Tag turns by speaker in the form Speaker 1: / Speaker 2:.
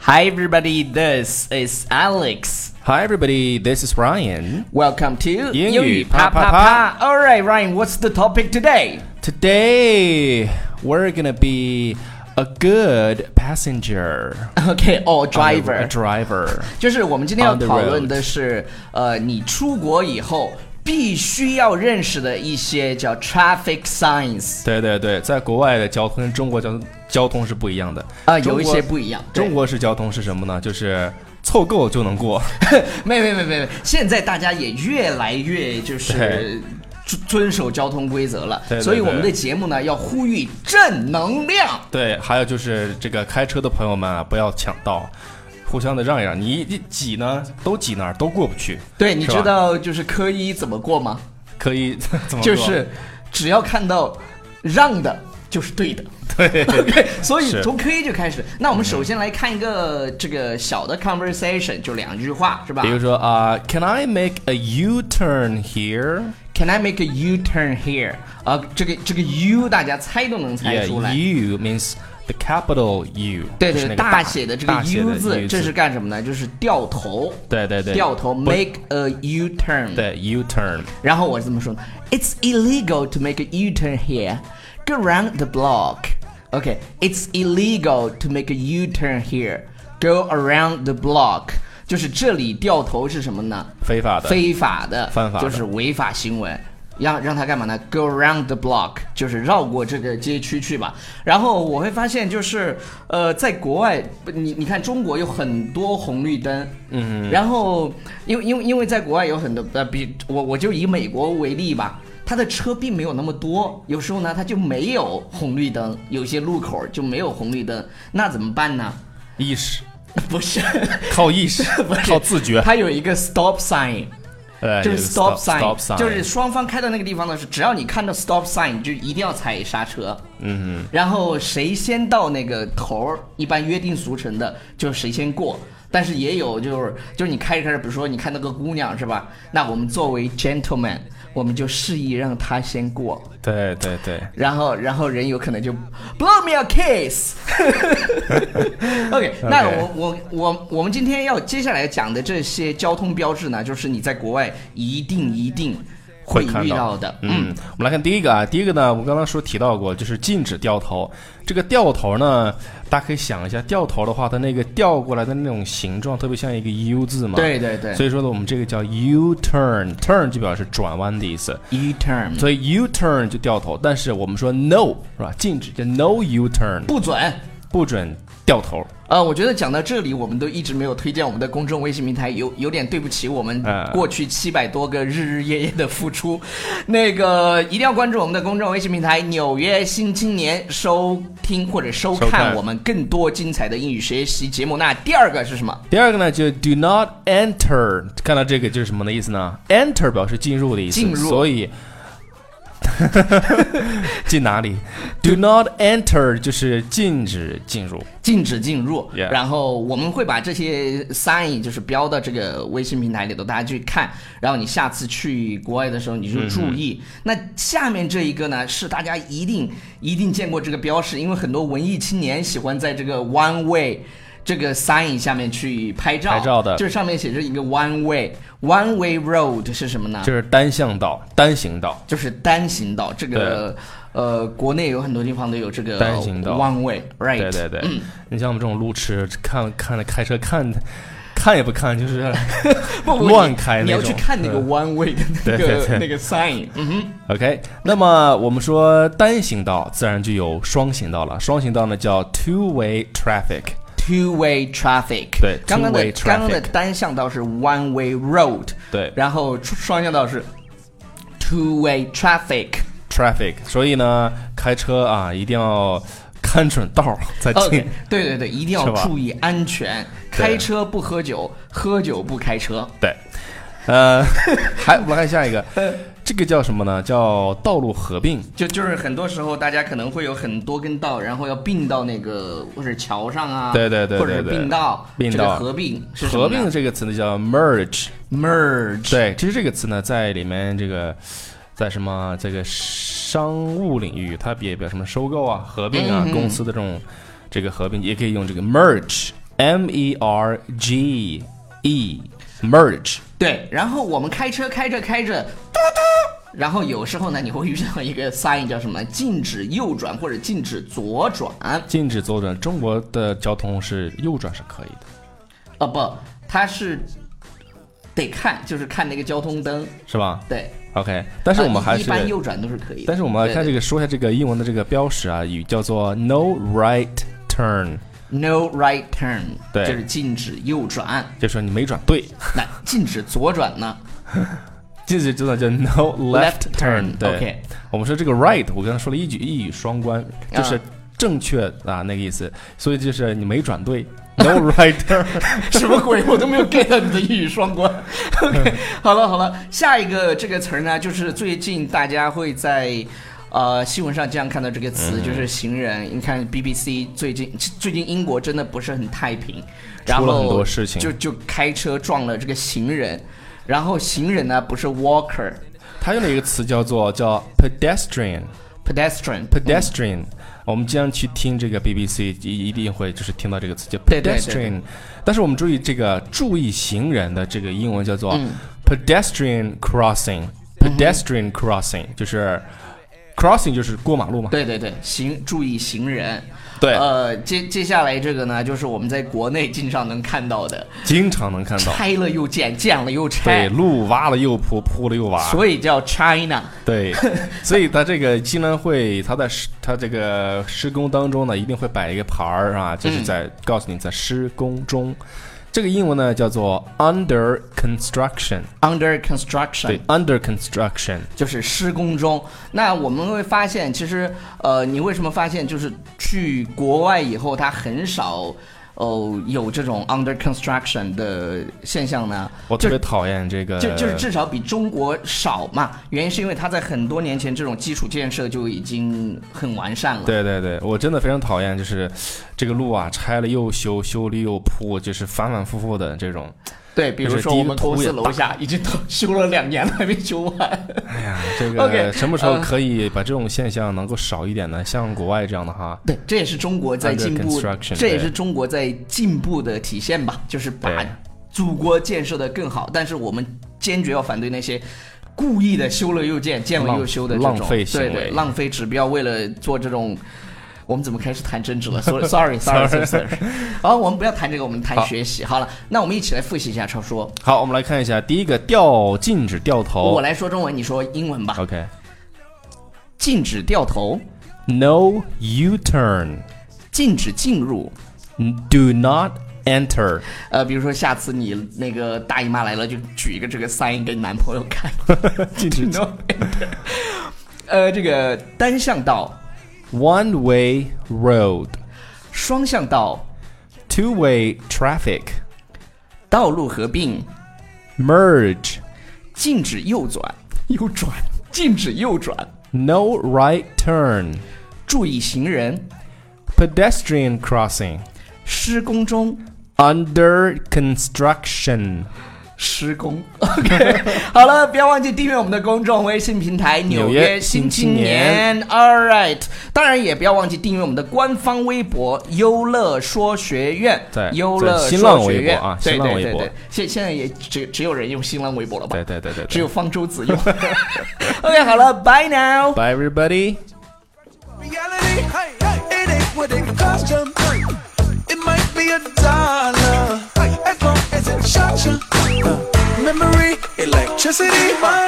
Speaker 1: Hi, everybody. This is Alex.
Speaker 2: Hi, everybody. This is Ryan.
Speaker 1: Welcome to
Speaker 2: 英语
Speaker 1: 啪
Speaker 2: 啪
Speaker 1: 啪
Speaker 2: 啪
Speaker 1: 啪
Speaker 2: 啪。
Speaker 1: All right, Ryan. What's the topic today?
Speaker 2: Today, we're gonna be a good passenger.
Speaker 1: Okay, or
Speaker 2: A
Speaker 1: driver.
Speaker 2: driver.
Speaker 1: 就是我们今天要
Speaker 2: On the
Speaker 1: 讨论的是，呃，你出国以后必须要认识的一些叫 traffic signs
Speaker 2: 对对对，在国外的交通跟中国交通交通是不一样的
Speaker 1: 啊，有一些不
Speaker 2: 一
Speaker 1: 一样。对
Speaker 2: 中国式交通是什么呢？就是凑够就能过。
Speaker 1: 没没没没没，现在大家也越来越就是
Speaker 2: 对
Speaker 1: 遵遵守交通规则了，
Speaker 2: 对对
Speaker 1: 所以我们的
Speaker 2: 对
Speaker 1: 节目呢要呼吁正能量。
Speaker 2: 对，还有就是这个开车的朋友们啊，不要抢道，互相的让一让。你一挤呢，都挤那儿，都过不去。
Speaker 1: 对，你
Speaker 2: 是
Speaker 1: 知
Speaker 2: 吧
Speaker 1: 道就是科一怎么过吗？
Speaker 2: 可以 怎么
Speaker 1: 就
Speaker 2: 说
Speaker 1: 是只要看到让的就是对的。
Speaker 2: 对
Speaker 1: OK，所以
Speaker 2: 是
Speaker 1: 从科一就开始。那我们首先来看一个这个小的 conversation，就两句话是吧
Speaker 2: 比如说啊、c a n I make a U turn here？
Speaker 1: ？Can I make a U turn here？啊，这个这个 U 大家猜都能猜
Speaker 2: Yeah,
Speaker 1: 出来。
Speaker 2: U means the capital U，
Speaker 1: 对
Speaker 2: 就是
Speaker 1: 对，
Speaker 2: 那个
Speaker 1: 大写的这个
Speaker 2: 大写
Speaker 1: U
Speaker 2: 的
Speaker 1: 字，
Speaker 2: U
Speaker 1: 这是干什么呢？就是掉头，
Speaker 2: 对对对
Speaker 1: 掉头
Speaker 2: 不
Speaker 1: make a U turn。
Speaker 2: 对 U turn，
Speaker 1: 然后我是这么说的：It's illegal to make a U-turn here. Go round the block. Okay, it's illegal to make a U-turn here. Go around the block. 就是这里掉头是什么呢？
Speaker 2: 非法的。
Speaker 1: 非法的，
Speaker 2: 犯法的
Speaker 1: 就是违法行为。让让他干嘛呢？Go around the block，就是绕过这个街区去吧。然后我会发现，就是呃，在国外，不你你看中国有很多红绿灯，嗯，然后因为因为因为在国外有很多呃，比我我就以美国为例吧。它的车并没有那么多，有时候呢，它就没有红绿灯，有些路口就没有红绿灯，那怎么办呢？
Speaker 2: 意识，
Speaker 1: 不是，
Speaker 2: 靠意识
Speaker 1: 不，是
Speaker 2: 靠自觉。
Speaker 1: 它有一个 stop sign，
Speaker 2: 呃，
Speaker 1: 就是
Speaker 2: 有
Speaker 1: stop
Speaker 2: stop
Speaker 1: sign，
Speaker 2: sign，
Speaker 1: 就是双方开到那个地方的时候，只要你看到 stop sign，你就一定要踩刹车。嗯，然后谁先到那个头儿，一般约定俗成的就是谁先过。但是也有就是就是你开着开着，比如说你看那个姑娘是吧？那我们作为 gentleman，我们就示意让她先过。
Speaker 2: 对对对。
Speaker 1: 然后，然后人有可能就 blow me a kiss 。OK，那我我我我们今天要接下来讲的这些交通标志呢，就是你在国外一定一定会
Speaker 2: 看
Speaker 1: 遇到的。
Speaker 2: 嗯，我们来看第一个啊，第一个呢，我们刚刚说提到过，就是禁止掉头。这个掉头呢，大家可以想一下，掉头的话，它那个掉过来的那种形状，特别像一个 U 字嘛。
Speaker 1: 对对对
Speaker 2: 所以说呢，我们这个叫 U turn，turn 就表示转弯的意思。
Speaker 1: ，U turn
Speaker 2: 所以 U turn 就掉头，但是我们说 no 是吧？禁止叫 no U turn，
Speaker 1: 不准。
Speaker 2: 不准掉头。
Speaker 1: 呃，我觉得讲到这里，我们都一直没有推荐我们的公众微信平台，有有点对不起我们
Speaker 2: 嗯
Speaker 1: 过去七百多个日日夜夜的付出。那个一定要关注我们的公众微信平台《纽约新青年》，收听或者收
Speaker 2: 收
Speaker 1: 看
Speaker 2: 看
Speaker 1: 我们更多精彩的英语学习节目。那第二个是什么？
Speaker 2: 第二个呢，就 do not enter，看到这个就是什么的意思呢？enter 表示进入的意思，
Speaker 1: 进入
Speaker 2: 所以 进哪里？do not enter 就是禁止进入。
Speaker 1: 禁止进入。
Speaker 2: Yeah
Speaker 1: 然后我们会把这些 sign 就是标到这个微信平台里头，大家去看。然后你下次去国外的时候，你就注
Speaker 2: 嗯
Speaker 1: 意。那下面这一个呢，是大家一定一定见过这个标识，因为很多文艺青年喜欢在这个 one way。这个 sign 下面去拍照，
Speaker 2: 拍照的
Speaker 1: 这上面写着一个 one way one way road 是什么呢？
Speaker 2: 就是单向道、单行道，
Speaker 1: 就是单行道，这个呃，国内有很多地方都有这个
Speaker 2: 单行道
Speaker 1: one way，right？
Speaker 2: 对对对。
Speaker 1: 嗯
Speaker 2: 你像我们这种路痴，看看着开车看，看也不看，就是
Speaker 1: 不不
Speaker 2: 乱开
Speaker 1: 你，你
Speaker 2: 那
Speaker 1: 要
Speaker 2: 种
Speaker 1: 去看那个
Speaker 2: 嗯
Speaker 1: one way 的那
Speaker 2: 对对
Speaker 1: 个
Speaker 2: 对
Speaker 1: 那个 sign，嗯哼，
Speaker 2: OK，那么我们说单行道，自然就有双行道了。双行道呢叫 two-way traffic。
Speaker 1: Two way traffic，
Speaker 2: 对
Speaker 1: 刚刚的
Speaker 2: two-way
Speaker 1: 刚刚的
Speaker 2: traffic
Speaker 1: 单向道是 one way road，
Speaker 2: 对
Speaker 1: 然后双双向道是 two way traffic。
Speaker 2: traffic，所以呢，开车啊一定要看准道儿再啊进。
Speaker 1: OK，对对对，一定要
Speaker 2: 是吧
Speaker 1: 注意安全，
Speaker 2: 对
Speaker 1: 开车不喝酒，喝酒不开车。
Speaker 2: 对，呃， 还我们来看下一个，这个叫什么呢？叫道路合并。
Speaker 1: 就就是很多时候，大家可能会有很多根道，然后要并到那个或者桥上啊，
Speaker 2: 对对对对
Speaker 1: 或者是
Speaker 2: 对对
Speaker 1: 并道，
Speaker 2: 并
Speaker 1: 这个
Speaker 2: 道
Speaker 1: 合并是什么
Speaker 2: 合
Speaker 1: 呢
Speaker 2: 并这个词呢叫 merge。
Speaker 1: merge，
Speaker 2: 对，其实这个词呢，在里面这个在什么这个商务领域，
Speaker 1: 嗯
Speaker 2: 它也表什么收购啊、合并啊，公司的这种这个合并，也可以用这个 merge。 M E R G E merge。
Speaker 1: 对，然后我们开车开着开着，嘟嘟，然后有时候呢，你会遇到一个 sign 叫什么？禁止右转或者禁止左转。
Speaker 2: 禁止左转，中国的交通是右转是可以的，
Speaker 1: 哦不，它是得看，就是看那个交通灯。
Speaker 2: 是吧
Speaker 1: 对，
Speaker 2: ？OK，但是我们
Speaker 1: 呃
Speaker 2: 还
Speaker 1: 一
Speaker 2: 是，
Speaker 1: 般右转都是可以的。
Speaker 2: 但是我们来看这
Speaker 1: 个
Speaker 2: 个说一下这个英文的这个标识啊，语叫做 no right turn，
Speaker 1: no right turn，
Speaker 2: 对
Speaker 1: 就是禁止右转。
Speaker 2: 就说你没转对，
Speaker 1: 那禁止左转呢
Speaker 2: 禁止左转叫 no left turn，对。
Speaker 1: OK，
Speaker 2: 我们说这个 right，我刚才说了一句一语双关，就是
Speaker 1: 啊
Speaker 2: 正确啊那个意思，所以就是你没转对，no right turn。
Speaker 1: 什么鬼？我都没有 get 到你的一语双关。OK，好了好了，下一个这个词儿呢，就是最近大家会在。呃，新闻上经常看到这个
Speaker 2: 嗯
Speaker 1: 词，就是行人。你看 BBC 最近最近英国真的不是很太平，然后
Speaker 2: 出了很多事情
Speaker 1: 就就开车撞了这个行人，然后行人呢不是 walker
Speaker 2: 他用了一个词叫做叫 pedestrian。
Speaker 1: pedestrian
Speaker 2: pedestrian，、我们经常去听这个 BBC，一一定会就是听到这个词叫
Speaker 1: 对对对
Speaker 2: pedestrian，但是我们注意这个注意行人的这个英文叫做
Speaker 1: 嗯
Speaker 2: pedestrian crossing，pedestrian crossing、就是 crossing 就是过马路嘛，
Speaker 1: 对对对，行，注意行人。
Speaker 2: 对
Speaker 1: 呃，接接下来这个呢，就是我们在国内经常能看到的，
Speaker 2: 经常能看到，
Speaker 1: 拆了又建，建了又
Speaker 2: 对，
Speaker 1: 拆，
Speaker 2: 路挖了又铺，铺了又挖，
Speaker 1: 所以叫 China。
Speaker 2: 对，所以他这个经常会，他在施他这个施工当中呢，一定会摆一个牌儿啊，就是在告诉你在施工中。这个英文呢叫做 under construction，
Speaker 1: Under
Speaker 2: 对
Speaker 1: construction，
Speaker 2: ，under construction，
Speaker 1: 就是施工中。那我们会发现，其实呃，你为什么发现就是去国外以后，它很少哦有这种 under construction 的现象呢？
Speaker 2: 我特别讨厌这个，
Speaker 1: 就就是至少比中国少嘛，原因是因为它在很多年前这种基础建设就已经很完善了。
Speaker 2: 对对对，我真的非常讨厌，就是这个路啊拆了又修，修了又铺，就是反反复复的这种。
Speaker 1: 对，比如
Speaker 2: 就是
Speaker 1: 说
Speaker 2: 第一
Speaker 1: 我们
Speaker 2: 个图
Speaker 1: 公司
Speaker 2: 也
Speaker 1: 楼下已经都 修了两年了，还没修完。
Speaker 2: 哎呀，这个
Speaker 1: OK，
Speaker 2: 什么时候
Speaker 1: 呃
Speaker 2: 可以把这种现象能够少一点呢？像国外这样的哈，
Speaker 1: 对，这也是中国在
Speaker 2: Under
Speaker 1: 进步，
Speaker 2: construction，
Speaker 1: 这也
Speaker 2: 对
Speaker 1: 是中国在进步的体现吧，就是把
Speaker 2: 对
Speaker 1: 祖国建设的更好。但是我们坚决要反对那些。故意的修了又建，建了
Speaker 2: 浪
Speaker 1: 又修的这种
Speaker 2: 浪费行
Speaker 1: 对
Speaker 2: 为
Speaker 1: 对，浪费指标，为了做这种，我们怎么开始谈政治了？Sorry，Sorry，Sorry，Sorry。好，我们不要谈这个，我们谈
Speaker 2: 好
Speaker 1: 学习。好了，那我们一起来复习一下超说。
Speaker 2: 好，我们来看一下第一个掉禁止掉头
Speaker 1: 我。来说中文，你说英文吧。
Speaker 2: OK。
Speaker 1: 禁止掉头。
Speaker 2: No U turn.
Speaker 1: 禁止进入。
Speaker 2: Do not enter.
Speaker 1: 呃，比如说下次你那个大姨妈来了，就举一个这个 sign 给男朋友看。
Speaker 2: 禁止
Speaker 1: No enter 呃，这个单向道、
Speaker 2: One way road.
Speaker 1: 双向道、
Speaker 2: Two way traffic.
Speaker 1: 道路合并，
Speaker 2: Merge.
Speaker 1: 禁止右转，右转，禁止右转，
Speaker 2: No right turn.
Speaker 1: 注意行人，
Speaker 2: Pedestrian crossing.
Speaker 1: 施工中，
Speaker 2: Under construction.
Speaker 1: 施工。OK，好 了，不要忘记订阅我们的公众微信平台《纽
Speaker 2: 纽
Speaker 1: 约
Speaker 2: 约
Speaker 1: 新
Speaker 2: 新
Speaker 1: 青
Speaker 2: 青
Speaker 1: 年
Speaker 2: 年》。
Speaker 1: All right，当然也不要忘记订阅我们的官方微博“优乐说学院”。
Speaker 2: 对
Speaker 1: 优乐说
Speaker 2: 在新浪
Speaker 1: 学
Speaker 2: 微博
Speaker 1: 院
Speaker 2: 啊
Speaker 1: 对
Speaker 2: 新浪
Speaker 1: 对
Speaker 2: 微
Speaker 1: 对
Speaker 2: 博
Speaker 1: 对，现现在也只只有人用新浪微博了吧？
Speaker 2: 对对对对。
Speaker 1: 只有方舟子用。OK，好了，Bye now。
Speaker 2: Bye everybody.
Speaker 3: Reality, hey, hey, it ain't what it cost you. Hey, It might be a dollar, hey, as long as it shot you. Uh, memory, electricity, my